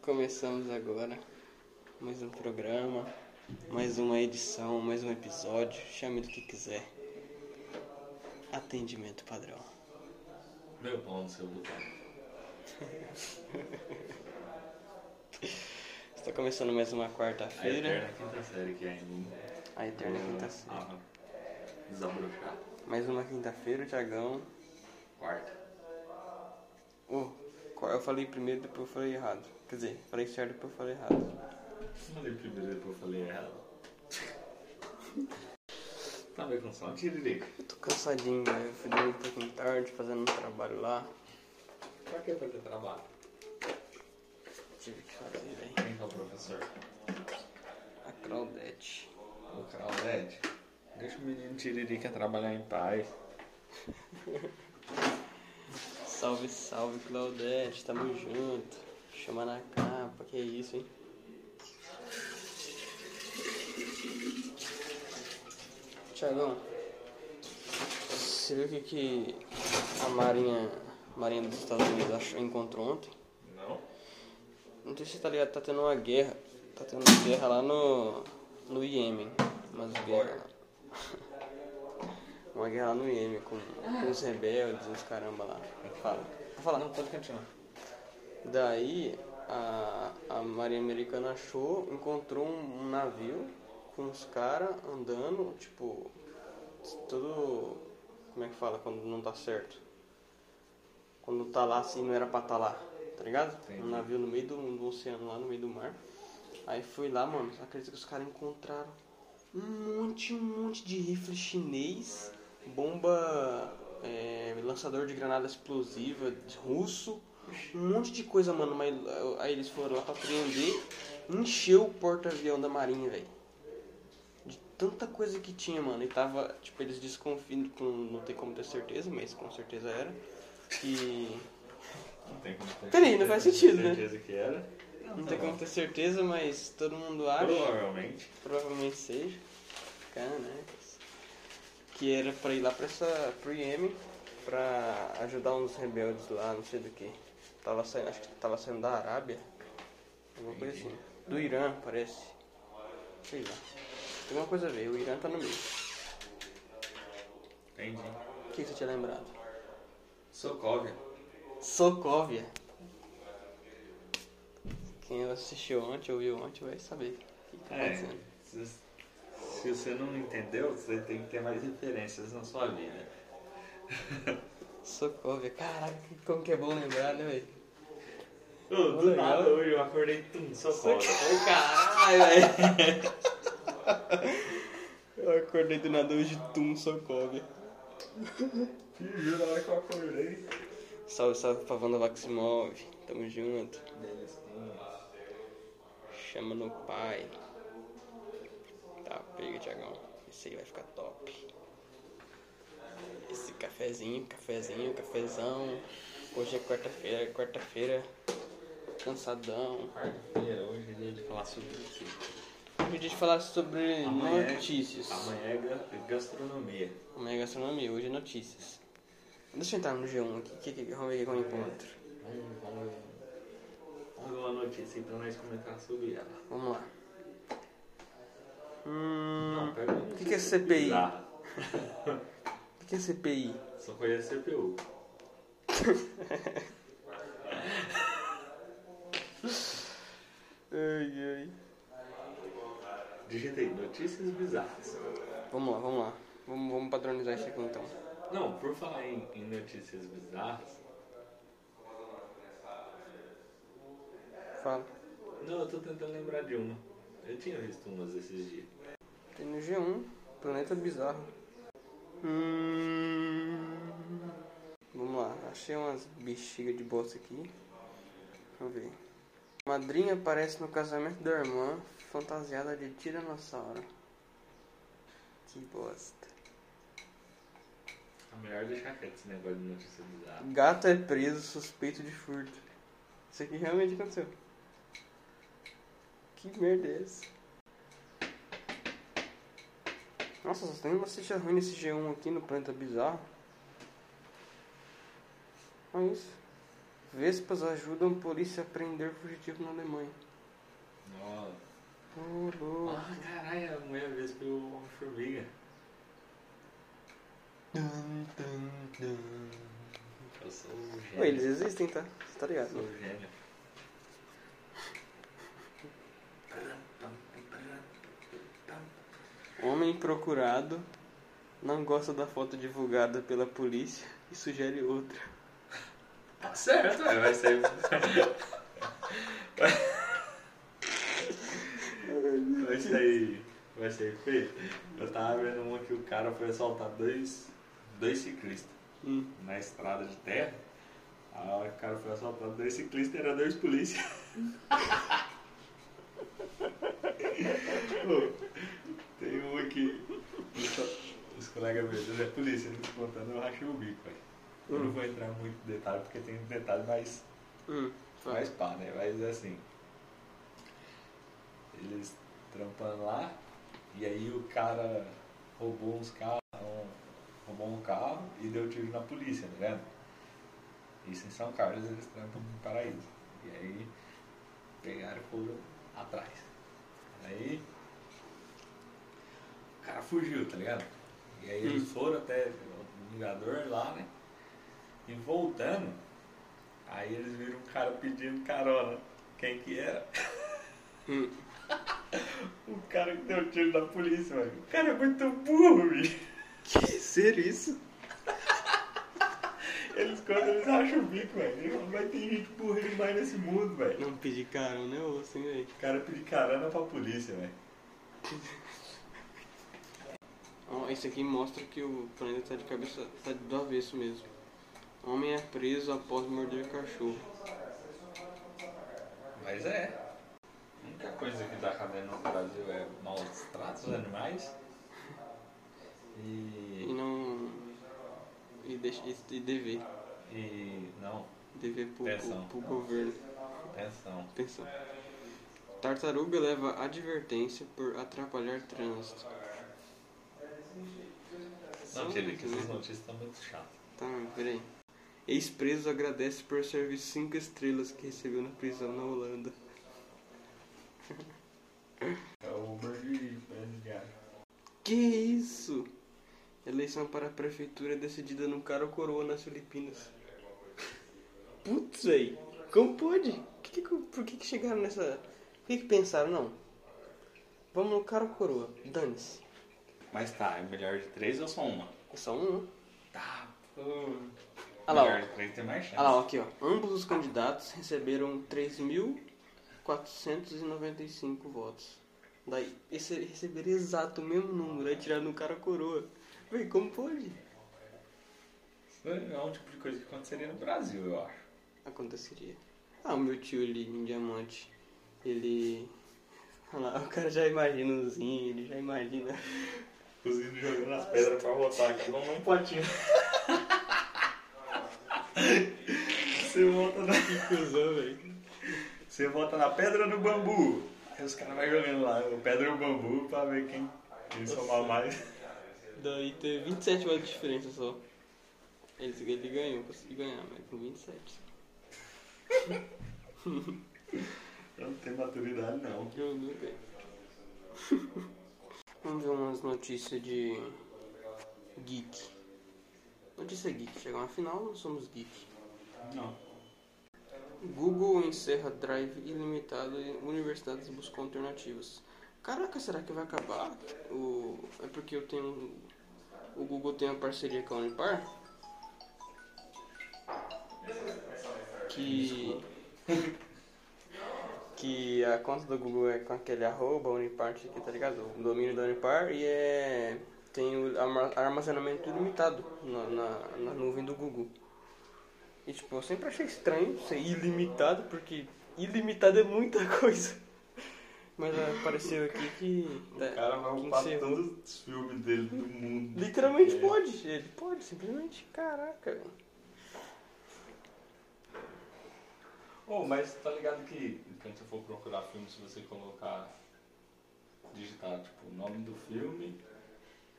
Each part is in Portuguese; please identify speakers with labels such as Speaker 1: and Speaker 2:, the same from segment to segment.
Speaker 1: Começamos agora mais um programa, mais uma edição, mais um episódio, chame do que quiser. Atendimento padrão.
Speaker 2: Meu pau no seu botão.
Speaker 1: Está começando mais uma
Speaker 2: A eterna
Speaker 1: quarta-feira.
Speaker 2: quinta série que ainda.
Speaker 1: A eterna quinta-feira.
Speaker 2: Aham. Ah, Desabrochar.
Speaker 1: Mais uma quinta-feira, Tiagão.
Speaker 2: Quarta.
Speaker 1: Oh, qual- eu falei primeiro, depois eu falei errado. Quer dizer, falei certo, depois eu falei errado.
Speaker 2: Falei primeiro, depois eu falei errado. tá bem cansado. Tiririca.
Speaker 1: Eu tô cansadinho, velho. Eu fui dormir um pouquinho tarde, fazendo um trabalho lá.
Speaker 2: Pra que fazer trabalho?
Speaker 1: Tive que fazer, velho.
Speaker 2: Quem que é o professor?
Speaker 1: A Claudete.
Speaker 2: O Claudete. Deixa o menino Tiririca trabalhar em paz.
Speaker 1: Salve, salve, Claudete. Tamo junto. Chama na capa, que isso, hein? Tiagão, você viu o que, que a Marinha, Marinha dos Estados Unidos achou, encontrou ontem?
Speaker 2: Não?
Speaker 1: Não sei se você tá ligado, tá tendo uma guerra. Tá tendo uma guerra lá no. no Iêmen. Mas guerra. Uma guerra lá no Iêmen com, com os rebeldes, os caramba lá. Fala. Vou falar.
Speaker 2: Não, pode continuar.
Speaker 1: Daí a, a Marinha Americana achou, encontrou um, um navio com os caras andando, tipo, todo. Como é que fala quando não tá certo? Quando tá lá assim, não era pra tá lá, tá ligado?
Speaker 2: Entendi.
Speaker 1: Um navio no meio do, do oceano, lá no meio do mar. Aí fui lá, mano, você acredita que os caras encontraram um monte, um monte de rifle chinês, bomba, é, lançador de granada explosiva russo, um monte de coisa, mano. Mas eh, aí eles foram lá pra prender, encheu o porta-avião da marinha, velho. De tanta coisa que tinha, mano. E tava, tipo, eles desconfiam, com, não tem como ter certeza, mas com certeza era. Que
Speaker 2: Não tem como ter
Speaker 1: Peraí, não faz sentido, né?
Speaker 2: certeza que era.
Speaker 1: não tem como ter certeza, mas todo mundo acha.
Speaker 2: Provavelmente.
Speaker 1: provavelmente seja, canecas, que era pra ir lá pra essa, pro Iêmen pra ajudar uns rebeldes lá, não sei do que. Tava saindo, acho que tava saindo da Arábia, alguma coisa assim. Do Irã, parece. Sei lá. Tem alguma coisa a ver, o Irã tá no meio. O
Speaker 2: Entendi.
Speaker 1: que, que você tinha lembrado?
Speaker 2: Sokovia.
Speaker 1: Sokovia. Quem assistiu ontem, ouviu ontem, vai saber o que que tá
Speaker 2: É,
Speaker 1: acontecendo.
Speaker 2: se, se você não entendeu, você tem que ter mais referências na sua vida.
Speaker 1: Sokovia, caraca, como que é bom lembrar, né, velho?
Speaker 2: Eu,
Speaker 1: do nada,
Speaker 2: hoje eu acordei tum, só
Speaker 1: Ai, Caralho, velho. Eu acordei do nada hoje, tum, Sokovia.
Speaker 2: Juro, na hora que eu acordei.
Speaker 1: Salve, salve pra Wanda Vaximov. Tamo junto. Chama no pai. Tá, pega, Tiagão. Esse aí vai ficar top. Esse cafezinho, cafezinho, cafezão. Hoje é quarta-feira, quarta-feira. Cansadão.
Speaker 2: Quarta-feira, hoje é dia de falar sobre o quê?
Speaker 1: Hoje é dia de falar sobre
Speaker 2: Amanhã é-
Speaker 1: notícias.
Speaker 2: Amanhã é ga- gastronomia.
Speaker 1: Amanhã é gastronomia, hoje é notícias. Deixa eu entrar no G1 aqui, que, que, vamos ver é o que eu encontro.
Speaker 2: Vamos, vamos, vamos ver uma notícia aí pra nós comentar sobre ela.
Speaker 1: Vamos lá. Hum,
Speaker 2: Não, pega uma
Speaker 1: o que, que é
Speaker 2: notícia
Speaker 1: CPI?
Speaker 2: bizarra.
Speaker 1: O que, que é CPI?
Speaker 2: Só conheço CPU.
Speaker 1: Ai,
Speaker 2: Digitei notícias bizarras.
Speaker 1: ai. Vamos lá, vamos lá. Vamos, vamos padronizar isso aqui então.
Speaker 2: Não, por falar em, em notícias bizarras,
Speaker 1: Fala.
Speaker 2: não, eu tô tentando lembrar de uma. Eu tinha visto umas esses dias.
Speaker 1: Tem no G1, Planeta Bizarro. Hum, vamos lá, achei umas bexigas de bosta aqui. Vamos ver. Madrinha aparece no casamento da irmã, fantasiada de tiranossauro. Que bosta.
Speaker 2: É melhor deixar quieto esse negócio de notícia bizarra.
Speaker 1: Gato é preso suspeito de furto. Isso aqui realmente aconteceu. Que merda é essa? Nossa, só tem uma notícia ruim nesse G1 aqui no Planeta Bizarro. Olha isso. Vespas ajudam polícia a prender fugitivo na Alemanha.
Speaker 2: Nossa.
Speaker 1: Pô, boa.
Speaker 2: Ah, caralho, a mulher vez que o homem formiga. Eu sou o gênio.
Speaker 1: Pô, eles existem, tá? Você tá
Speaker 2: Eu
Speaker 1: ligado?
Speaker 2: sou o gênio.
Speaker 1: Homem procurado não gosta da foto divulgada pela polícia e sugere outra.
Speaker 2: Tá certo, ué, vai ser. Vai sair. Vai sair feio. Eu tava vendo uma que o cara foi assaltar dois, dois ciclistas
Speaker 1: Hum.
Speaker 2: na estrada de terra. A hora que o cara foi assaltado, dois ciclistas eram dois polícias. Ô, Tem uma que. Os colegas meus, ele é polícia, eles contando, eu rachei o bico, velho. Eu não vou entrar muito em detalhe, porque tem um detalhe mais
Speaker 1: Hum. Fala.
Speaker 2: mais pá, né? Mas assim. Eles trampando lá, e aí o cara roubou uns carros, roubou um carro e deu tiro na polícia, tá ligado? Isso em São Carlos eles trampam no paraíso. E aí pegaram e foram atrás. Aí o cara fugiu, tá ligado? E aí eles foram até o vingador lá, né? E voltando, Aí eles viram um cara pedindo carona. Quem que era?
Speaker 1: Hum.
Speaker 2: O cara que deu tiro na polícia, velho. O cara é muito burro, bicho.
Speaker 1: Que ser isso?
Speaker 2: Eles quando eles acham o bico, velho. Eles falam, Mas tem gente burra demais nesse mundo, velho.
Speaker 1: Não pedi carona, né? Ou assim, velho.
Speaker 2: O cara pediu carona pra polícia, velho.
Speaker 1: Ó, esse aqui mostra que o planeta tá de cabeça, tá do avesso mesmo. Homem é preso após morder cachorro.
Speaker 2: Mas é. A única coisa que tá cabendo no Brasil é maus tratos aos animais.
Speaker 1: E
Speaker 2: E.
Speaker 1: não. E, deixa, e- e dever.
Speaker 2: E. Não,
Speaker 1: Dever pro,
Speaker 2: Pensão.
Speaker 1: pro, pro governo.
Speaker 2: atenção.
Speaker 1: Pensão. Tartaruga leva advertência por atrapalhar trânsito.
Speaker 2: Não, tira, que essas notícias estão muito chatas.
Speaker 1: Tá, mas peraí. Ex-preso agradece por serviço 5 estrelas que recebeu na prisão na Holanda.
Speaker 2: É o Uber de presidiário.
Speaker 1: Que isso? Eleição para a prefeitura é decidida no cara ou coroa nas Filipinas. Putz, aí. Como pode? Que que- por que, que chegaram nessa. Por que, que pensaram? Não. Vamos no cara ou coroa. Dane-se.
Speaker 2: Mas tá, é melhor de três ou só uma?
Speaker 1: É só um. né?
Speaker 2: Tá.
Speaker 1: Olha lá, ó.
Speaker 2: melhor de três tem mais chance.
Speaker 1: Olha lá, ó, aqui, ó. Ambos os candidatos receberam 3.495 votos. Daí, esse receberam exato o mesmo número, aí tiraram no cara a coroa. Véi, como pode?
Speaker 2: Isso é um tipo de coisa que aconteceria no Brasil, eu acho.
Speaker 1: Aconteceria. Ah, o meu tio ali em diamante, ele. Olha lá, o cara já imagina o Zinho, ele já imagina.
Speaker 2: Inclusive jogando as pedras pra voltar, acabou um potinho. Você volta na.
Speaker 1: Que cuzão, velho.
Speaker 2: Você volta na pedra ou no bambu? Aí os caras vão jogando lá, o pedra e o bambu pra ver quem, quem somar mais.
Speaker 1: Daí teve 27 votos de diferença só. Ele, ele ganhou, conseguiu ganhar, mas com 27.
Speaker 2: Eu não tenho maturidade não.
Speaker 1: Eu nunca. Vamos ver umas notícias de geek. Notícia geek, chegamos na final, não somos geek.
Speaker 2: Não.
Speaker 1: Google encerra drive ilimitado e universidades buscam alternativas. Caraca, será que vai acabar? O... É porque eu tenho. O Google tem uma parceria com a Unipar. Que. que a conta do Google é com aquele arroba Unipar, não sei o que, tá ligado? O domínio da Unipar e é. Tem o arma- armazenamento ilimitado na- na, na nuvem do Google. E tipo, eu sempre achei estranho ser ilimitado, porque ilimitado é muita coisa. Mas ah, apareceu aqui que. tá,
Speaker 2: O cara vai
Speaker 1: que
Speaker 2: upar
Speaker 1: encerrou.
Speaker 2: todos os filmes dele do mundo.
Speaker 1: um Literalmente
Speaker 2: É.
Speaker 1: pode, ele pode, simplesmente. Caraca, velho.
Speaker 2: Ô, mas tá ligado que quando você for procurar filme, se você colocar, digitar tipo o nome do filme,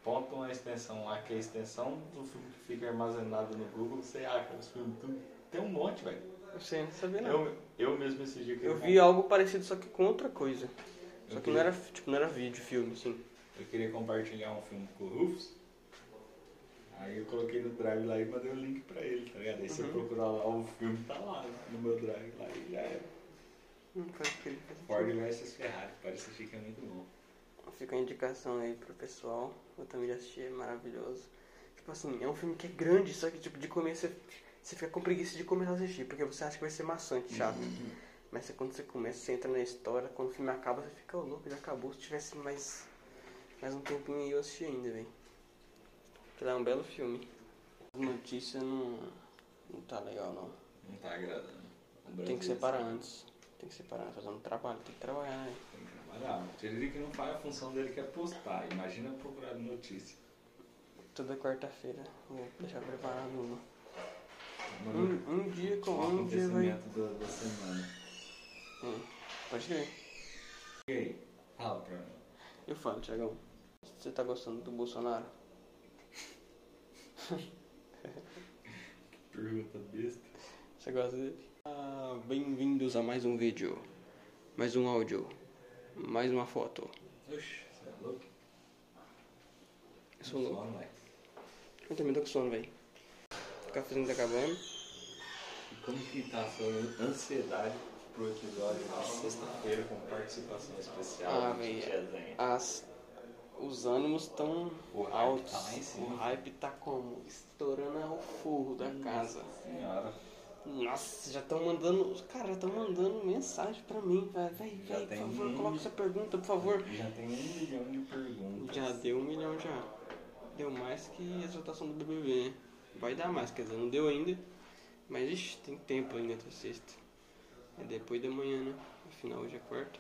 Speaker 2: ponto uma extensão lá, que é a extensão do filme que fica armazenado no Google, você acha os filmes tudo. Tem um monte, velho.
Speaker 1: Você não sabia não.
Speaker 2: Eu, eu mesmo esse dia que
Speaker 1: Eu
Speaker 2: eu
Speaker 1: vi algo parecido, só que com outra coisa. Só
Speaker 2: Eu
Speaker 1: que não era, tipo, não era vídeo, filme, assim.
Speaker 2: Eu queria compartilhar um filme com o Rufus. Aí eu coloquei no drive lá e mandei o link pra ele, tá ligado? Aí se eu
Speaker 1: Uhum.
Speaker 2: procurar lá o filme, tá lá né? no meu drive lá e já é.
Speaker 1: Não faz sentido, faz sentido.
Speaker 2: Ford vs Ferrari, parece que fica muito bom.
Speaker 1: Fica a indicação aí pro pessoal. Eu também já assisti, é maravilhoso. Tipo assim, é um filme que é grande, só que tipo, de começo você, você fica com preguiça de começar a assistir, porque você acha que vai ser maçante, chato. Mas você- quando você começa, você entra na história, quando o filme acaba, você fica "Ô, louco, já acabou. Se tivesse mais, mais um tempinho aí, eu assisti ainda, velho. Porque é um belo filme. As notícias não, não tá legal, não.
Speaker 2: Não tá agradando. O
Speaker 1: Tem
Speaker 2: Brasil,
Speaker 1: que separar antes. Tem que separar, antes, fazer um trabalho, tem que trabalhar, né?
Speaker 2: Tem que trabalhar. O Tiririca não faz a função dele que é postar. Imagina procurar notícia.
Speaker 1: Toda quarta-feira vou deixar preparado um. uma.
Speaker 2: Mano,
Speaker 1: Um, um dia com
Speaker 2: um
Speaker 1: um dia vai.
Speaker 2: acontecimento da, da semana.
Speaker 1: Hum, pode crer.
Speaker 2: E aí? Fala pra mim.
Speaker 1: Eu falo, Tiagão. Você tá gostando do Bolsonaro?
Speaker 2: Pergunta besta.
Speaker 1: Você gosta dele? Ah, bem-vindos a mais um vídeo. Mais um áudio. Mais uma foto.
Speaker 2: Oxi, você é louco?
Speaker 1: Eu sou é louco.
Speaker 2: Só, moleque.
Speaker 1: Eu também tô com sono, velho. O cafezinho tá acabando.
Speaker 2: E como que tá a sua ansiedade pro episódio de sexta-feira com participação especial
Speaker 1: Ah,
Speaker 2: do
Speaker 1: véi.
Speaker 2: Titi Azenha?
Speaker 1: As... Os ânimos estão
Speaker 2: O hype
Speaker 1: altos.
Speaker 2: tá lá em cima.
Speaker 1: o hype tá como? Estourando ao forro da casa.
Speaker 2: Senhora,
Speaker 1: Nossa, já estão mandando. os Cara, já estão mandando mensagem pra mim. Vai, vai,
Speaker 2: Já
Speaker 1: vai, por
Speaker 2: tem
Speaker 1: favor,
Speaker 2: um.
Speaker 1: coloca essa pergunta, por favor.
Speaker 2: já tem um milhão de perguntas.
Speaker 1: Já deu um milhão já. Deu mais que a votação do BBB, né? Vai dar mais, quer dizer, não deu ainda. Mas ixi, tem tempo ainda até sexta. É depois da manhã, né? Afinal hoje é quarta.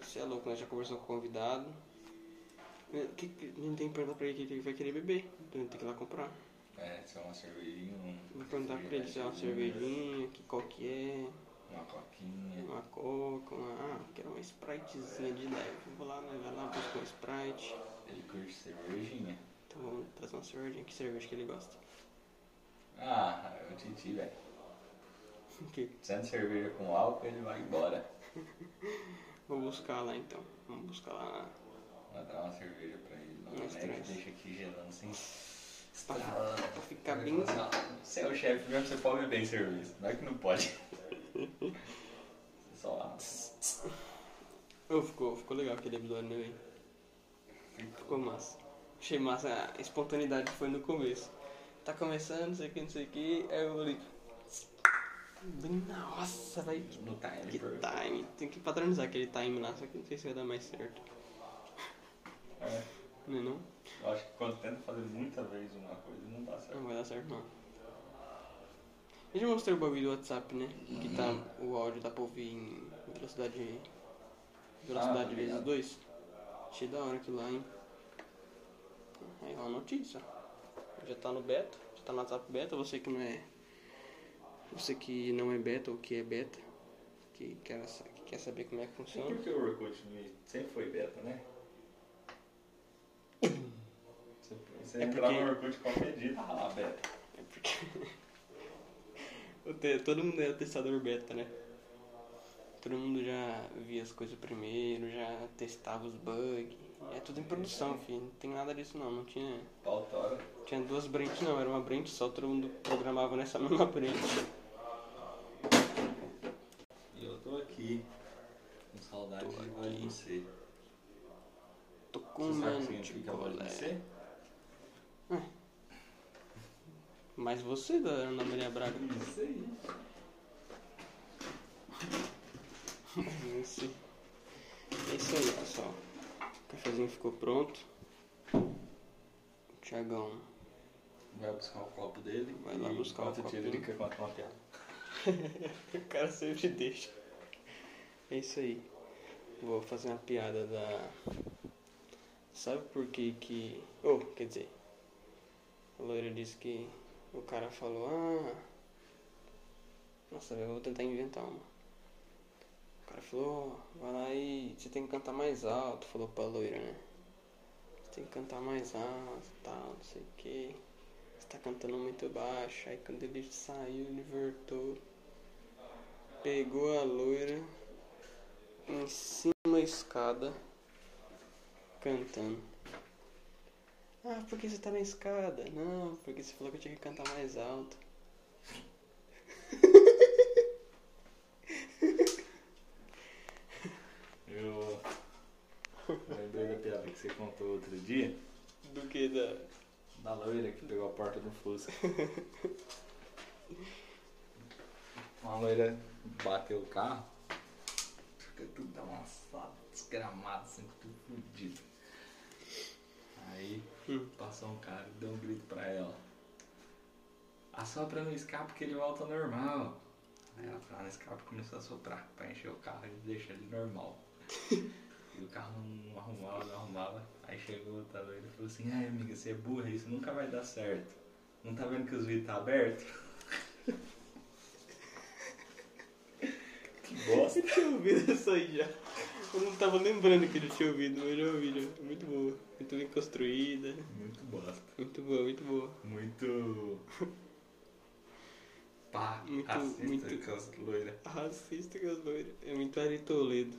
Speaker 1: Você é louco, né? Já conversou com o convidado. É, que- que- Não tem que perguntar pra ele que ele vai querer beber. Então ele tem que ir lá comprar.
Speaker 2: É, se é uma cervejinha, um...
Speaker 1: Vou perguntar pra ele se é uma cervejinha, que qual que é.
Speaker 2: Uma coquinha.
Speaker 1: Uma coca, uma. Ah, quero uma spritezinha de leve. Vou lá, né? Vai lá, busca uma sprite.
Speaker 2: Ele curte cervejinha.
Speaker 1: Então vamos trazer uma cervejinha. Que cerveja que ele gosta?
Speaker 2: Ah, é o Titi, velho.
Speaker 1: Que
Speaker 2: Sendo cerveja com álcool, ele vai embora.
Speaker 1: Vou buscar lá então. Vamos buscar lá.
Speaker 2: Vai dar uma cerveja pra ele. Não,
Speaker 1: Não
Speaker 2: né? Que
Speaker 1: estresse.
Speaker 2: deixa aqui gelando assim.
Speaker 1: Pra, pra ficar
Speaker 2: Ele
Speaker 1: Tá bem.
Speaker 2: falou assim, ó, Você é o chefe mesmo, você pode beber em serviço. Não é que não pode. Você Só lá.
Speaker 1: Ô, ficou, ficou legal aquele episódio, né, velho? Ficou massa. Achei massa a espontaneidade que foi no começo. Tá começando, não sei o que, não sei o que. Aí eu falei. Bem, nossa, vai. Que,
Speaker 2: No time,
Speaker 1: que tá.
Speaker 2: perfect.
Speaker 1: time. Tem que padronizar aquele time lá, só que não sei se vai dar mais certo.
Speaker 2: É,
Speaker 1: Não é não?
Speaker 2: eu acho que quando tenta fazer muita vez uma coisa, não dá certo.
Speaker 1: Não vai dar certo não. Eu já mostrei o bagulho do WhatsApp, né? Que tá
Speaker 2: Uhum.
Speaker 1: o áudio da povo em velocidade.
Speaker 2: Ah,
Speaker 1: Velocidade
Speaker 2: tá
Speaker 1: vezes
Speaker 2: ligado.
Speaker 1: 2. Achei da hora aquilo lá, hein? Aí uma notícia. Já tá no beta, já tá no WhatsApp beta, você que não é. Você que não é beta ou que é beta, que quer, sa- que quer saber como é que
Speaker 2: E
Speaker 1: funciona.
Speaker 2: por que o Orkut não- sempre foi beta, né? Você, você
Speaker 1: É
Speaker 2: entrar
Speaker 1: porque-
Speaker 2: no Orkut qualquer dia, tá lá, beta.
Speaker 1: É porque. O te- Todo mundo é testador beta, né? Todo mundo já via as coisas primeiro, já testava os bugs. É tudo em produção, filho. Não tem nada disso não. Não tinha.
Speaker 2: Pautora.
Speaker 1: Tinha duas branches não, era uma branch só, todo mundo programava nessa mesma branch.
Speaker 2: E eu tô aqui. Com saudade
Speaker 1: Tô
Speaker 2: de voz de
Speaker 1: aqui.
Speaker 2: você.
Speaker 1: Tô
Speaker 2: Você sabe o que
Speaker 1: comendo um de
Speaker 2: significa voz de
Speaker 1: colé.
Speaker 2: você?
Speaker 1: Mas você da Ana Maria Braga.
Speaker 2: Isso aí.
Speaker 1: Esse- É isso aí, pessoal. O cafezinho ficou pronto. O Tiagão
Speaker 2: Vai buscar o copo dele.
Speaker 1: Vai lá
Speaker 2: e
Speaker 1: buscar o
Speaker 2: enquanto
Speaker 1: copo
Speaker 2: tira,
Speaker 1: dele.
Speaker 2: Ele quer contar uma piada.
Speaker 1: O cara sempre deixa. É isso aí. Vou fazer uma piada da. Sabe por que que. Oh, quer dizer. A loira disse que. O cara falou, ah. Nossa, eu vou tentar inventar uma. O cara falou, "Ó, vai lá e. Você tem que cantar mais alto, falou pra loira, né? Você tem que cantar mais alto e tal, não sei o que. Você tá cantando muito baixo. Aí quando ele saiu, ele voltou. Pegou a loira em cima da escada cantando. Ah, porque você tá na escada? Não, porque você falou que eu tinha que cantar mais alto.
Speaker 2: Eu lembrei da piada que você contou outro dia,
Speaker 1: Do que da.
Speaker 2: da loira que pegou a porta do Fusca. Uma loira bateu o carro, fica é tudo amassado, desgramado, assim, tudo fudido. Aí
Speaker 1: Hum.
Speaker 2: passou um cara e deu um grito pra ela. Assopra no escape que ele volta ao normal. Aí ela foi lá no escape e começou a soprar pra encher o carro e deixar ele normal. E o carro não arrumava, não arrumava. Aí chegou outra loira e falou assim, ai amiga, você é burra, isso nunca vai dar certo. Não tá vendo que os vidros tá aberto? que bosta.
Speaker 1: Eu tinha ouvido essa aí já. Eu não tava lembrando que eu já tinha ouvido, mas eu já ouvi já. Muito boa. Muito bem construída.
Speaker 2: Muito bosta.
Speaker 1: Muito boa, muito boa.
Speaker 2: Muito. Pá,
Speaker 1: Muito-
Speaker 2: racista
Speaker 1: muito-
Speaker 2: com as loiras.
Speaker 1: Racista que as loiras. É muito Ari Toledo.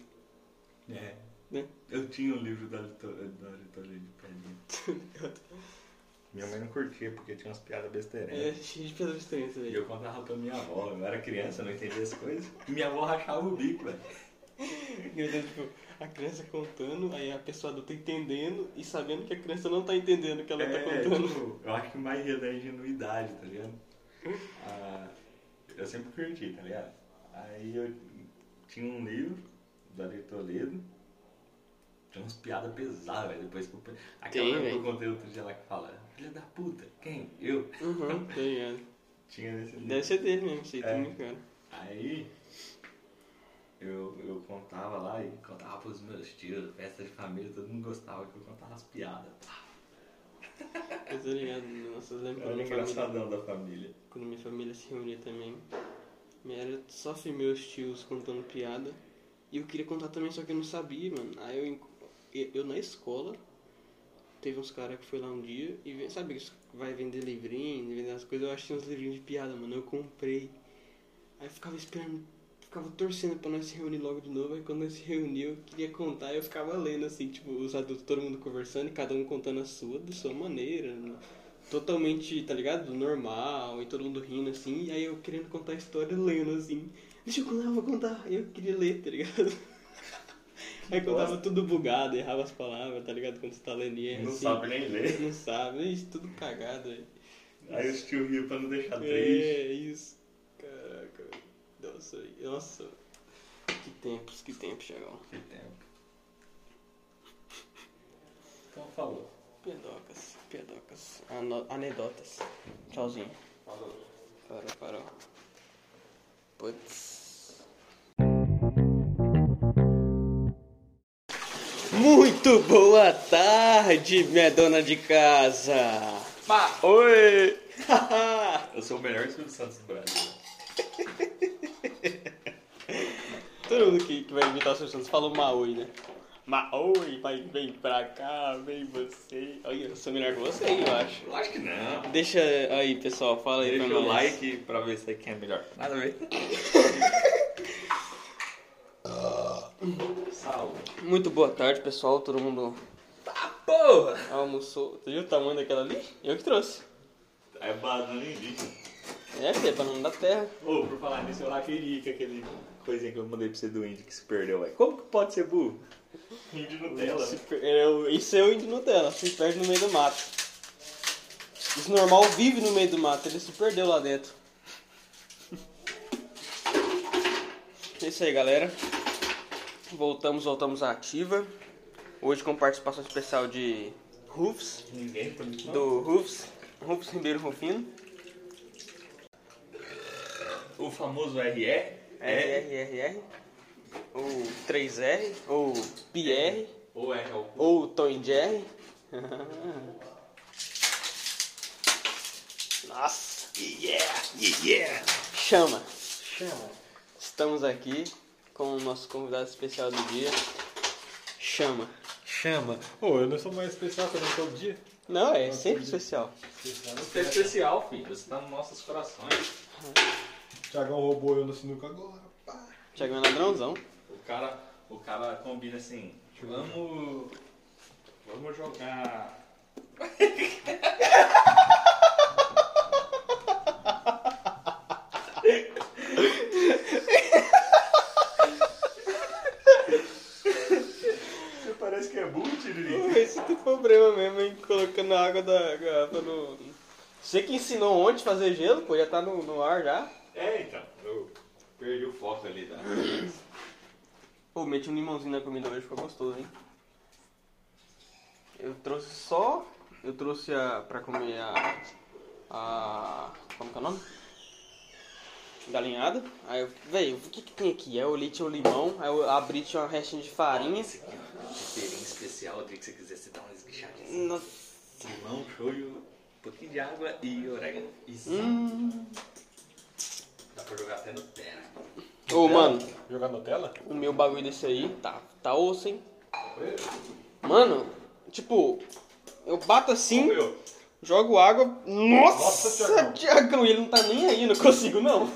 Speaker 2: É.
Speaker 1: Né?
Speaker 2: Eu tinha o livro da Litoleia de Pedrinho. Minha mãe não curtia porque tinha umas piadas besteirinhas.
Speaker 1: É, cheio de piadas estranhas
Speaker 2: E
Speaker 1: velho.
Speaker 2: É, eu contava pra minha avó, eu era criança, eu não entendia as coisas. Minha avó rachava o bico, velho.
Speaker 1: Eu tô, tipo, a criança contando, aí a pessoa adulta entendendo e sabendo que a criança não tá entendendo o que ela tá
Speaker 2: É,
Speaker 1: contando.
Speaker 2: tipo, eu acho que mais ria da ingenuidade, tá ligado? Ah, eu sempre curti, tá ligado? Aí eu tinha um livro da Lito Toledo, tinha umas piadas pesadas, velho. Depois que eu. Aquela
Speaker 1: Tem,
Speaker 2: que eu
Speaker 1: velho.
Speaker 2: contei outro dia lá que fala, filha da puta, quem? Eu?
Speaker 1: Uhum, tá ligado.
Speaker 2: Tinha nesse livro.
Speaker 1: Deve ser dele mesmo, isso aí
Speaker 2: É.
Speaker 1: tá muito cara.
Speaker 2: Aí eu, eu contava lá e contava pros meus tios, festa de família, todo mundo gostava que eu contava as piadas.
Speaker 1: Eu tô tá ligado, nossa, eu lembro quando
Speaker 2: Era o
Speaker 1: minha, família,
Speaker 2: engraçadão da família.
Speaker 1: quando minha família se reunia também. Era só fi- meus tios contando piada. E eu queria contar também, só que eu não sabia, mano. Aí eu, enco- eu- eu na escola, teve uns caras que foi lá um dia e ve- sabe que vai vender livrinho, vender as coisas, eu achei uns livrinhos de piada, mano. Eu comprei. Aí eu ficava esperando, ficava torcendo pra nós se reunir logo de novo. Aí quando nós se reuniu, eu queria contar e eu ficava lendo, assim, tipo, os adultos, todo mundo conversando e cada um contando a sua, da sua maneira, né? totalmente, tá ligado? Normal, e todo mundo rindo, assim. E aí eu querendo contar a história, lendo, assim. Deixa eu contar, eu vou contar. Aí eu queria ler, tá ligado? Aí contava
Speaker 2: bosta.
Speaker 1: tudo bugado, errava as palavras, tá ligado? Quando você tá lendo e erra,
Speaker 2: não
Speaker 1: assim.
Speaker 2: sabe nem ler.
Speaker 1: Não sabe, isso tudo cagado, velho.
Speaker 2: Aí os tios riam pra não deixar Tá triste.
Speaker 1: É isso. Caraca, velho. Nossa, velho. nossa. Que tempos, que tempos, Chagão.
Speaker 2: Que tempo. Então falou.
Speaker 1: Pedocas, pedocas. Ano- anedotas. Tchauzinho.
Speaker 2: Falou.
Speaker 1: Parou, parou. Putz. Muito boa tarde, minha dona de casa.
Speaker 2: Pá!
Speaker 1: Oi!
Speaker 2: Eu sou o melhor Silvio Santos do Brasil.
Speaker 1: Todo mundo que, que vai imitar o Silvio Santos fala o Maui, né? Maui, vai, vem pra cá, vem você. Olha, eu sou melhor que você, eu acho.
Speaker 2: Lógico que não.
Speaker 1: Deixa aí, pessoal, fala aí
Speaker 2: Deixa
Speaker 1: pra
Speaker 2: o
Speaker 1: nós.
Speaker 2: like pra ver se quem é melhor. Nada a ver. Salve.
Speaker 1: Muito boa tarde, pessoal. Todo mundo
Speaker 2: Tá, Porra!
Speaker 1: almoçou. Você viu o tamanho daquela ali? Eu que trouxe.
Speaker 2: É banana em vídeo.
Speaker 1: É, filho, é pra não dar terra.
Speaker 2: Ô, por falar nisso, eu raquei com aquele coisinha que eu mandei pra você do índio que se perdeu, velho. Como que pode ser burro? Índio Nutella.
Speaker 1: Se per- é o- Isso é o índio Nutella, se perde no meio do mato. Isso normal vive no meio do mato, ele se perdeu lá dentro. É isso aí, galera. Voltamos, voltamos à ativa. Hoje com participação especial de Rufs,
Speaker 2: Ninguém por mim.
Speaker 1: do Rufs, Rufs Ribeiro Rufino.
Speaker 2: O famoso RE é,
Speaker 1: RRRR, ou 3R, ou PR,
Speaker 2: ou R ao cu.
Speaker 1: ou Tom e Jerry. Nossa,
Speaker 2: Yeah, yeah, yeah.
Speaker 1: chama!
Speaker 2: Chama.
Speaker 1: Estamos aqui com o nosso convidado especial do dia, Chama.
Speaker 3: Chama. Ô, eu não sou mais especial que eu não todo dia.
Speaker 1: Não, é sempre especial.
Speaker 2: Você é especial, filho. Você tá nos nossos corações.
Speaker 3: Tiagão roubou eu no sinuca agora. Pá.
Speaker 1: Tiago é ladrãozão.
Speaker 2: O cara, o cara combina assim, vamos. Vamos jogar. Você parece que é burro, Tiririca.
Speaker 1: Esse tem problema mesmo, hein? Colocando a água da garrafa no. Você que ensinou ontem a fazer gelo, pô, já tá no, no ar já.
Speaker 2: É, então, eu perdi o foco ali tá? da.
Speaker 1: Pô, meti um limãozinho na comida hoje, ficou gostoso, hein? Eu trouxe só. Eu trouxe a. pra comer a. A. Como que é o nome? Galinhada. Aí eu. Véi, o que que tem aqui? Aí eu olhei, tinha um limão, aí eu abri, tinha uma restinha de farinha.
Speaker 2: Esse aqui é uma roteirinha especial, eu queria que você quisesse dar uma esguichadinha.
Speaker 1: Nossa.
Speaker 2: Limão, shoyu, um pouquinho de água e orégano. Isso.
Speaker 1: Hum.
Speaker 2: Dá pra jogar até no né? terra.
Speaker 1: Ô, mano,
Speaker 3: Jogar Nutella?
Speaker 1: o meu bagulho desse aí tá, tá osso, hein? Mano, tipo, eu bato assim,
Speaker 2: Meu,
Speaker 1: jogo água. Nossa,
Speaker 3: Nossa, Thiagão.
Speaker 1: Thiagão, ele não tá nem aí, não consigo não.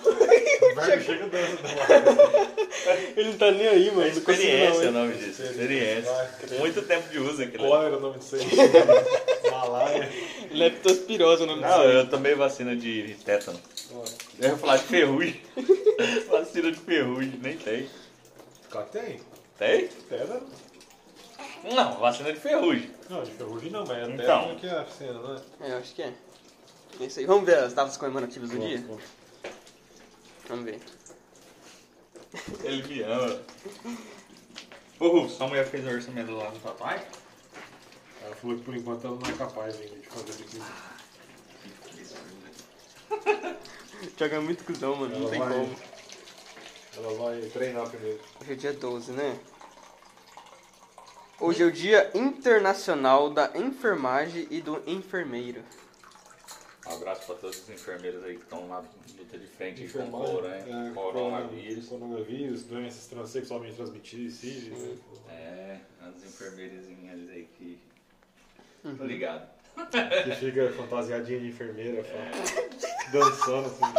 Speaker 3: O verbo chega dança da
Speaker 1: Ele não tá nem aí, mano.
Speaker 2: é
Speaker 1: Não consigo
Speaker 2: experiência
Speaker 1: não.
Speaker 2: o
Speaker 1: hein?
Speaker 2: nome disso. Experiência.
Speaker 3: Vai.
Speaker 2: Muito tempo de uso né? aquilo.
Speaker 3: Qual era o nome disso aí? Malaya.
Speaker 1: Leptospirose é o nome
Speaker 2: Não,
Speaker 1: disso.
Speaker 2: eu tomei vacina de tétano. Eu ia falar de ferrugem. vacina de ferrugem, nem tem.
Speaker 3: Claro que tem.
Speaker 2: Tem?
Speaker 3: Terra?
Speaker 2: Não, vacina de ferrugem.
Speaker 3: Não, de ferrugem não, mas é terra
Speaker 2: Então.
Speaker 3: que é a cena, né?
Speaker 1: É, eu acho que é. É isso aí. Vamos ver as datas comemorativas do dia? Vamos ver.
Speaker 2: Ele me ama. Ô, Rufo, sua mulher fez o orçamento lá do papai?
Speaker 3: Ela falou que por enquanto ela não é capaz ainda de fazer de que
Speaker 1: Thiago é muito cuzão, mano. Não
Speaker 3: Ela
Speaker 1: tem
Speaker 3: vai-
Speaker 1: como.
Speaker 3: Ela vai treinar primeiro.
Speaker 1: Hoje é dia 12, né? Hoje é o Dia Internacional da Enfermagem e do Enfermeiro.
Speaker 2: Um abraço pra todos os enfermeiros aí que estão na luta de frente com
Speaker 3: Enfermagem,
Speaker 2: corona,
Speaker 3: é,
Speaker 2: coronavírus.
Speaker 3: Coronavírus, doenças transexualmente transmissíveis. né?
Speaker 2: É, as enfermeirinhas aí que.
Speaker 1: Uhum.
Speaker 2: Tô ligado.
Speaker 3: Que fica fantasiadinha de enfermeira, fa- dançando assim.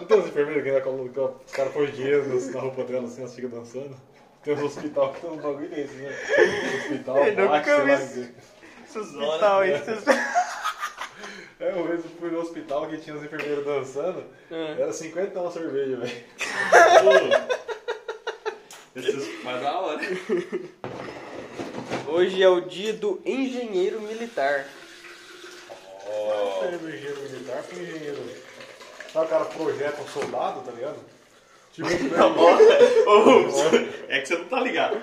Speaker 3: Não tem umas enfermeiras que, ainda colocam- que o cara põe dinheiro nas- na roupa dela assim, elas ficam dançando? Tem uns hospital que tem um bagulho desse, né? Hospital,
Speaker 1: Eu nunca
Speaker 3: boate, sei lá
Speaker 1: vi
Speaker 3: o quê.
Speaker 1: é Hospital, isso.
Speaker 3: É, uma vez eu fui no hospital que tinha as enfermeiras dançando,
Speaker 1: É.
Speaker 3: era 50 uma cerveja, velho.
Speaker 2: Esses faz da hora.
Speaker 1: Hoje é o Dia do Engenheiro Militar.
Speaker 3: Oh. engenheiro militar pro engenheiro. Sabe o cara projeta um soldado, tá ligado? Tipo, né?
Speaker 2: Ô, Rufo, é que você não tá ligado.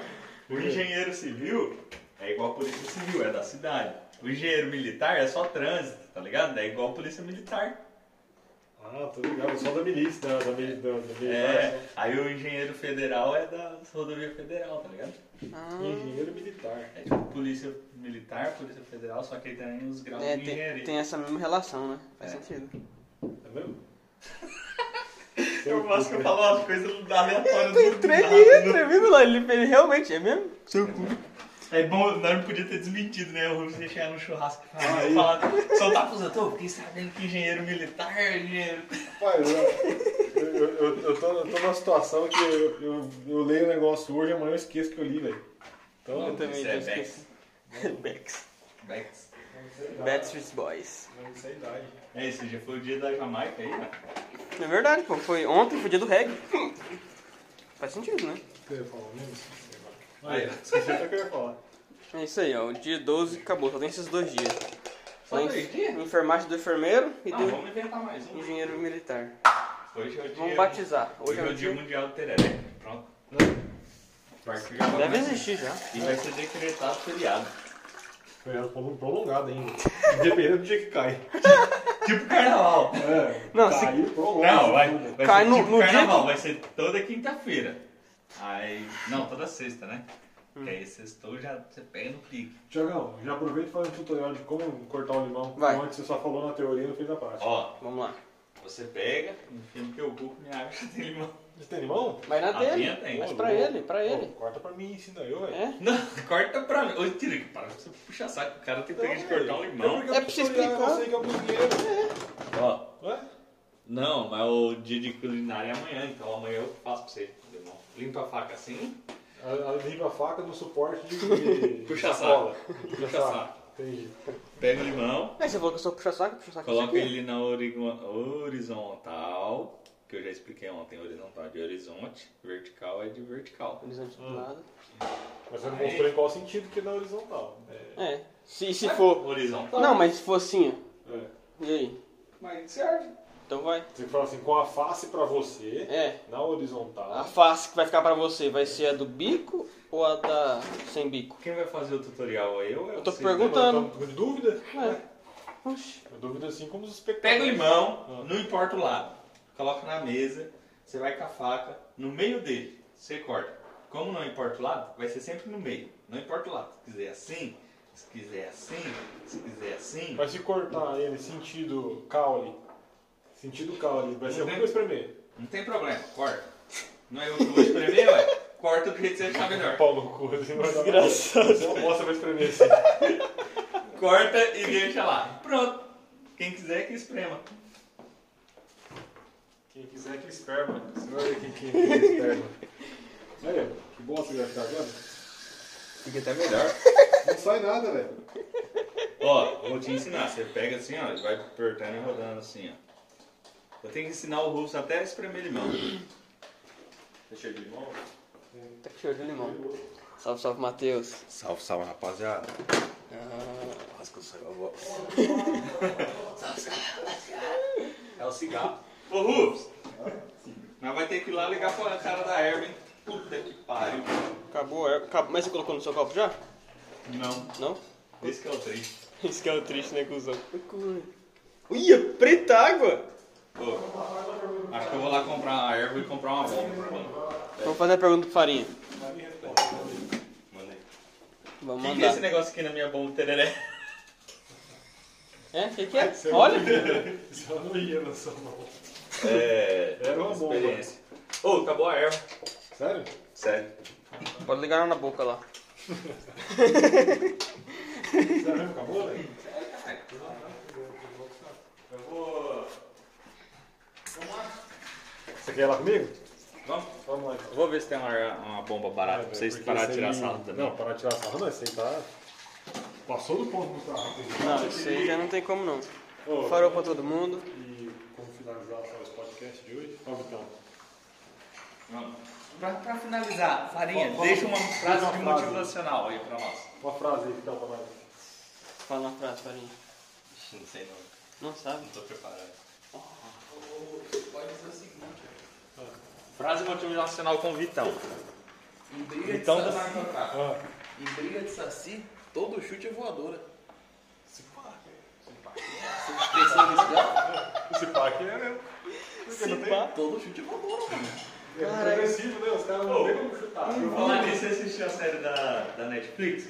Speaker 2: O engenheiro civil é igual a polícia civil, é da cidade. O engenheiro militar é só trânsito, tá ligado? É igual a polícia militar.
Speaker 3: Ah, tô ligado, só da milícia, né? da, da, mili- da, da militar.
Speaker 2: É, aí o engenheiro federal é da rodovia federal, tá ligado?
Speaker 3: Engenheiro militar.
Speaker 2: É tipo polícia militar, polícia federal, só que aí tem os graus
Speaker 1: É,
Speaker 2: de engenharia.
Speaker 1: tem, tem essa mesma relação, né? Faz
Speaker 2: É.
Speaker 1: sentido.
Speaker 3: É mesmo?
Speaker 2: Eu gosto que eu falo umas coisas aleatórias
Speaker 1: Tem
Speaker 2: do
Speaker 1: trem
Speaker 2: nada, né?
Speaker 1: viu lá? Ele, ele realmente é mesmo? Seu cu.
Speaker 2: É bom, nós não podia ter desmentido, né? O Rubens ia chegar no churrasco e falar,
Speaker 3: Aí.
Speaker 2: falar soltar pros outros, "Ô, fiquei sabendo que engenheiro militar, engenheiro.
Speaker 3: Rapaz, eu, eu, eu, eu tô, eu tô numa situação que eu, eu, eu leio o negócio hoje e amanhã eu esqueço que eu li, velho. Então,
Speaker 1: Eu também
Speaker 2: isso é
Speaker 1: tô esquecendo. Bex.
Speaker 2: Bex.
Speaker 3: é
Speaker 1: Bad Street Boys.
Speaker 3: não sei a né? idade.
Speaker 2: É, esse dia foi o dia da Jamaica aí, né?
Speaker 1: É verdade, pô. Foi ontem, foi o dia do reggae. Faz sentido, né?
Speaker 3: O que eu ia falar mesmo? Sei lá.
Speaker 2: Aí, tá,
Speaker 3: Aí,
Speaker 2: ó.
Speaker 3: esqueci até o que eu ia falar.
Speaker 1: É isso aí, ó. O dia 12 acabou, só tem esses dois dias.
Speaker 2: Só
Speaker 1: Tem
Speaker 2: dois dias? Ah,
Speaker 1: Enfermagem do enfermeiro e
Speaker 2: Não,
Speaker 1: do
Speaker 2: vamos inventar mais um.
Speaker 1: engenheiro militar.
Speaker 2: Hoje é o dia.
Speaker 1: Vamos batizar.
Speaker 2: Hoje é o dia mundial do tereré. Pronto. Partiu já
Speaker 1: Deve
Speaker 2: vai-
Speaker 1: existir já.
Speaker 2: E vai ser decretado feriado.
Speaker 3: Foi ela falou um prolongado ainda. Dependendo do dia que cai.
Speaker 2: Tipo carnaval.
Speaker 3: É,
Speaker 1: Não, se-
Speaker 3: caiu, prolonga.
Speaker 2: Não, vai, vai
Speaker 1: Cai
Speaker 2: ser
Speaker 1: no-
Speaker 2: tipo
Speaker 1: no dia
Speaker 2: carnaval,
Speaker 1: que-
Speaker 2: vai ser toda quinta-feira. Aí. Não, toda sexta, né?
Speaker 1: Hum.
Speaker 2: Porque aí sextou já você pega no clique.
Speaker 3: Tiagão, já aproveita e faz um tutorial de como cortar o limão.
Speaker 1: Vai.
Speaker 3: Antes você só falou na teoria e não fez na prática.
Speaker 2: Ó,
Speaker 1: Vamos lá.
Speaker 2: você pega, enfia no teu cu, me acha tem limão.
Speaker 3: Você tem limão?
Speaker 1: Vai na
Speaker 2: Ah, minha tem.
Speaker 1: dele. Mas pra ele, pra
Speaker 3: Pô,
Speaker 1: ele.
Speaker 3: corta pra mim, ensina eu, velho.
Speaker 1: É?
Speaker 2: Não, corta pra mim. Ô, tira, para você puxa saco. O
Speaker 3: É
Speaker 2: cara tem preguiça de cortar um limão.
Speaker 1: É pra você
Speaker 3: Eu
Speaker 1: explicar.
Speaker 3: sei que é o cozinheiro.
Speaker 2: Ó,
Speaker 3: Ué?
Speaker 2: Não, mas o dia de culinária é amanhã, então amanhã eu faço pra você, irmão. Limpa a faca assim,
Speaker 3: A, a limpa a faca no suporte de. de
Speaker 2: Puxa
Speaker 3: sacola.
Speaker 2: puxa
Speaker 3: Puxa
Speaker 2: saco.
Speaker 3: saco. Entendi.
Speaker 2: Pega o limão,
Speaker 1: Mas É, você falou que eu sou puxa-saco, puxa-saco
Speaker 2: coloca ele na ori- horizontal, que eu já expliquei ontem, horizontal é de horizonte, vertical é de vertical.
Speaker 1: Horizonte do
Speaker 2: Ah.
Speaker 1: lado.
Speaker 3: Mas você não
Speaker 2: Aí.
Speaker 3: mostrou em qual sentido que na horizontal.
Speaker 1: É. Se, se for.
Speaker 2: Horizontal.
Speaker 1: Não, mas se for assim, ó.
Speaker 3: É.
Speaker 1: E aí?
Speaker 4: Mas serve.
Speaker 1: Então vai.
Speaker 3: Você fala assim, com a face pra você,
Speaker 1: É.
Speaker 3: na horizontal.
Speaker 1: A face que vai ficar pra você vai ser a do bico ou a da sem bico?
Speaker 2: Quem vai fazer o tutorial? é Eu né? ou
Speaker 1: Eu tô
Speaker 2: você?
Speaker 1: perguntando.
Speaker 3: Estamos "Tá com dúvida?
Speaker 1: É. Oxi.
Speaker 3: Eu duvido assim como os espectadores.
Speaker 2: Pega o limão,
Speaker 1: Ah.
Speaker 2: não importa o lado, coloca na mesa, você vai com a faca, no meio dele, você corta. Como não importa o lado, vai ser sempre no meio, não importa o lado. Se quiser assim, se quiser assim, se quiser assim,
Speaker 3: Mas se cortar ele sentido caule, sentido caule, vai ser ruim pra espremer.
Speaker 2: não tem problema, corta. Não é eu que vou espremer, ué? Corta do jeito que você achar melhor.
Speaker 3: Pau no cu, assim, vai dar-
Speaker 1: Desgraçado.
Speaker 3: Você não mostra pra espremer assim.
Speaker 2: Corta e deixa lá. Pronto. Quem quiser que esprema.
Speaker 3: Quem quiser que esperma. Você vai ver quem quem quiser que é esperma. Olha, que bosta que vai ficar agora.
Speaker 2: Fica até melhor.
Speaker 3: Não sai nada, velho.
Speaker 2: Ó, vou te ensinar. Você pega assim, ó, e vai apertando e rodando assim, ó. Eu tenho que ensinar o Russo até a espremer limão. Deixa de limão?
Speaker 1: Tá com cheiro de limão. Salve, salve, Matheus.
Speaker 2: Salve, salve, rapaziada.
Speaker 1: Ah,
Speaker 2: Quase que eu saio a voz. É o cigarro. Ô, Rufus! Nós vai ter que ir lá ligar pra cara da Herb, hein? Puta que pariu.
Speaker 1: acabou, é, acabou. Mas você colocou no seu copo já?
Speaker 2: Não.
Speaker 1: Não?
Speaker 2: Esse que é o triste.
Speaker 1: Isso que é o triste, né, cuzão? Ia, preta água!
Speaker 2: Ô, acho que eu vou lá comprar a erva e comprar uma bomba. Mano,
Speaker 1: Vamos fazer a pergunta pro Farinha.
Speaker 2: mandei.
Speaker 1: Vamos
Speaker 2: Que que é
Speaker 1: mandar.
Speaker 2: esse negócio aqui na minha bomba, né? tereré?
Speaker 1: É? O que, que é? Olha!
Speaker 3: Isso ela não ia na sua mão.
Speaker 2: É.
Speaker 3: Era uma bomba.
Speaker 2: Experiência. Ô, acabou a erva.
Speaker 3: Sério? Tá
Speaker 2: Sério.
Speaker 1: Pode ligar ela na boca lá.
Speaker 3: Sério mesmo? Acabou, velho?
Speaker 2: Eu vou.
Speaker 3: Você quer ir lá comigo?
Speaker 2: Vamos?
Speaker 3: Vamos lá. Ah, então.
Speaker 2: Eu vou ver se tem uma, uma bomba barata pra vocês pararem de tirar sarro também.
Speaker 3: Não, parar de tirar sarro não, você tá. Passou do ponto do sarro.
Speaker 1: Não, isso aí já não tem como não.
Speaker 3: Ô,
Speaker 1: Farou pra todo mundo.
Speaker 3: E como finalizar só esse podcast de hoje? Ó, Vitão.
Speaker 2: Pra, pra finalizar, Farinha,
Speaker 3: Vamos-
Speaker 2: deixa uma frase
Speaker 3: uma
Speaker 2: de
Speaker 3: frase.
Speaker 2: motivacional aí pra nós.
Speaker 3: Uma frase aí, Vitão, pra nós.
Speaker 1: Fala uma frase, Farinha.
Speaker 2: Não sei não,
Speaker 1: Não sabe?
Speaker 2: não tô preparado. Frase motivacional com o Vitão.
Speaker 5: Em briga
Speaker 2: Então,
Speaker 5: de
Speaker 2: vai
Speaker 5: saci,
Speaker 3: Ah,
Speaker 5: em briga de saci, todo chute é voadora. Se pá, Você pensou nisso né? já?
Speaker 3: esse pack é mesmo.
Speaker 5: Todo chute é voadora, mano.
Speaker 3: É muito agressivo, né? Os caras não tem como chutar.
Speaker 2: Falar nisso, você assistiu a série da, da Netflix?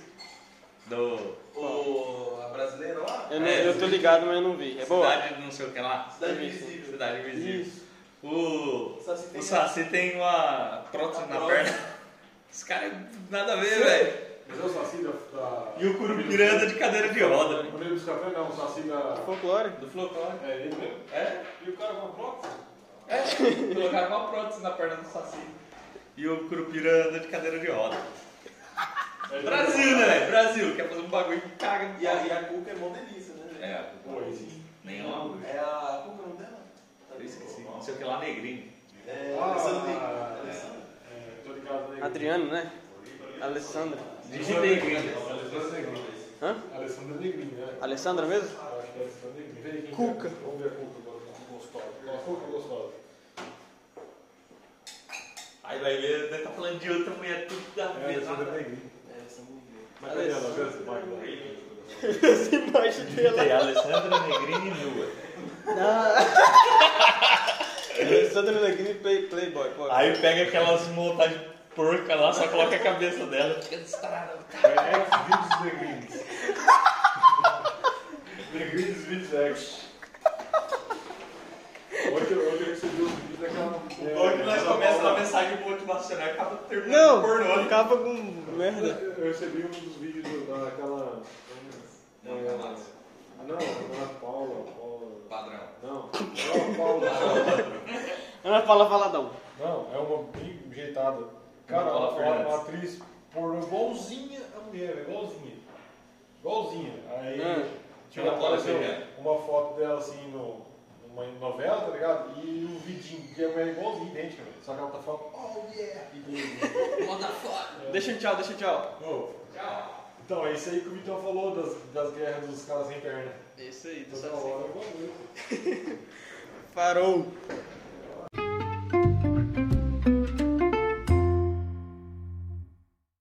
Speaker 2: Do
Speaker 5: Ô, a brasileira lá,
Speaker 1: Eu, não- eu tô ligado, mas eu não vi. É boa?
Speaker 2: Cidade não sei o que lá?
Speaker 5: cidade invisível.
Speaker 2: Cidade Invisível.
Speaker 1: Isso.
Speaker 2: O,
Speaker 5: Saci tem-
Speaker 2: o Saci tem uma prótese na
Speaker 5: Uma
Speaker 2: perna. Os caras nada a ver, velho.
Speaker 3: Mas é o Saci da. da...
Speaker 2: E o Curupira anda de cadeira de roda.
Speaker 3: O Negro dos Café não, o Saci da.
Speaker 1: Folclore?
Speaker 2: Do Flocão. né?
Speaker 3: É ele mesmo?
Speaker 2: É?
Speaker 3: E o cara com a prótese?
Speaker 2: É, colocaram uma prótese na perna do Saci. E o Curupira anda de cadeira de roda.
Speaker 3: É ele
Speaker 2: Brasil, né, velho? Brasil. Quer fazer um bagulho que caga.
Speaker 5: e a, e a Cuca é mó delícia, né? velho?
Speaker 2: É,
Speaker 3: Pô, esse-
Speaker 2: nenhuma.
Speaker 5: É a Cuca o nome dela?
Speaker 2: Eu esqueci. Não sei o que lá, negrinho.
Speaker 5: É,
Speaker 3: Ah,
Speaker 5: Alessandrinho.
Speaker 3: é.
Speaker 5: Alessandro.
Speaker 3: É, tô ligado, né?
Speaker 1: Adriano, né? Alessandra.
Speaker 2: Digita negrinho.
Speaker 3: Alessandro Negrinho.
Speaker 1: Hã?
Speaker 3: Alessandro Negrinho, né?
Speaker 1: Alessandra mesmo?
Speaker 3: Eu acho que é Alessandro Negrinho. Vem aqui,
Speaker 1: Cuca.
Speaker 3: Vamos ver a Cuca agora. Gostosa. Nossa, Cuca gostosa.
Speaker 2: Aí vai ver, deve tá falando de outra mulher tudo da
Speaker 3: É, Alessandro
Speaker 2: mesma.
Speaker 3: Negrinho.
Speaker 5: É, Alessandro.
Speaker 3: Mas cadê ela? Vê essa máquina.
Speaker 1: Essa imagem
Speaker 2: Tem a Alessandra Negrini nua.
Speaker 1: Alessandra Negrini play, Playboy, pô.
Speaker 2: Aí pega aquelas montagens porca lá, só coloca a cabeça dela.
Speaker 5: Fica destarado.
Speaker 3: É X-Videos The Greens. The Greens Vids X. Hoje eu hoje eu recebi os vídeos daquela.
Speaker 2: Logo que
Speaker 3: é,
Speaker 2: nós
Speaker 3: daquela
Speaker 2: começamos a
Speaker 3: Paula.
Speaker 2: mensagem motivacional e acaba terminando
Speaker 1: Não!
Speaker 2: o pornô. né?
Speaker 1: Acaba com merda.
Speaker 3: Eu recebi um dos vídeos do- daquela. Ah, é,
Speaker 2: Não, não, não.
Speaker 3: Não, não é Paula. Paula.
Speaker 6: Ladrão.
Speaker 3: Não, é não, Paulo.
Speaker 1: Ana Paula Valadão.
Speaker 3: Não, é uma bem jeitada. Cara,
Speaker 6: Paula
Speaker 3: ela é
Speaker 6: Fernandes.
Speaker 3: uma atriz pornô igualzinha a mulher, igualzinha. Igualzinha. Aí
Speaker 1: Ah.
Speaker 3: tipo,
Speaker 6: Ana Paula
Speaker 3: apareceu
Speaker 6: Fernandes.
Speaker 3: uma foto dela assim no, numa novela, tá ligado? E o vidinho, e a mulher é igualzinha, idêntica, velho. Só que ela tá falando, oh yeah! E daí-
Speaker 1: Deixa um tchau, deixa um tchau.
Speaker 3: Ô,
Speaker 6: Tchau.
Speaker 3: Então, é isso aí que o Vitão falou das, das guerras dos caras sem perna.
Speaker 1: É isso aí,
Speaker 3: Toda hora, igual eu.
Speaker 1: Parou.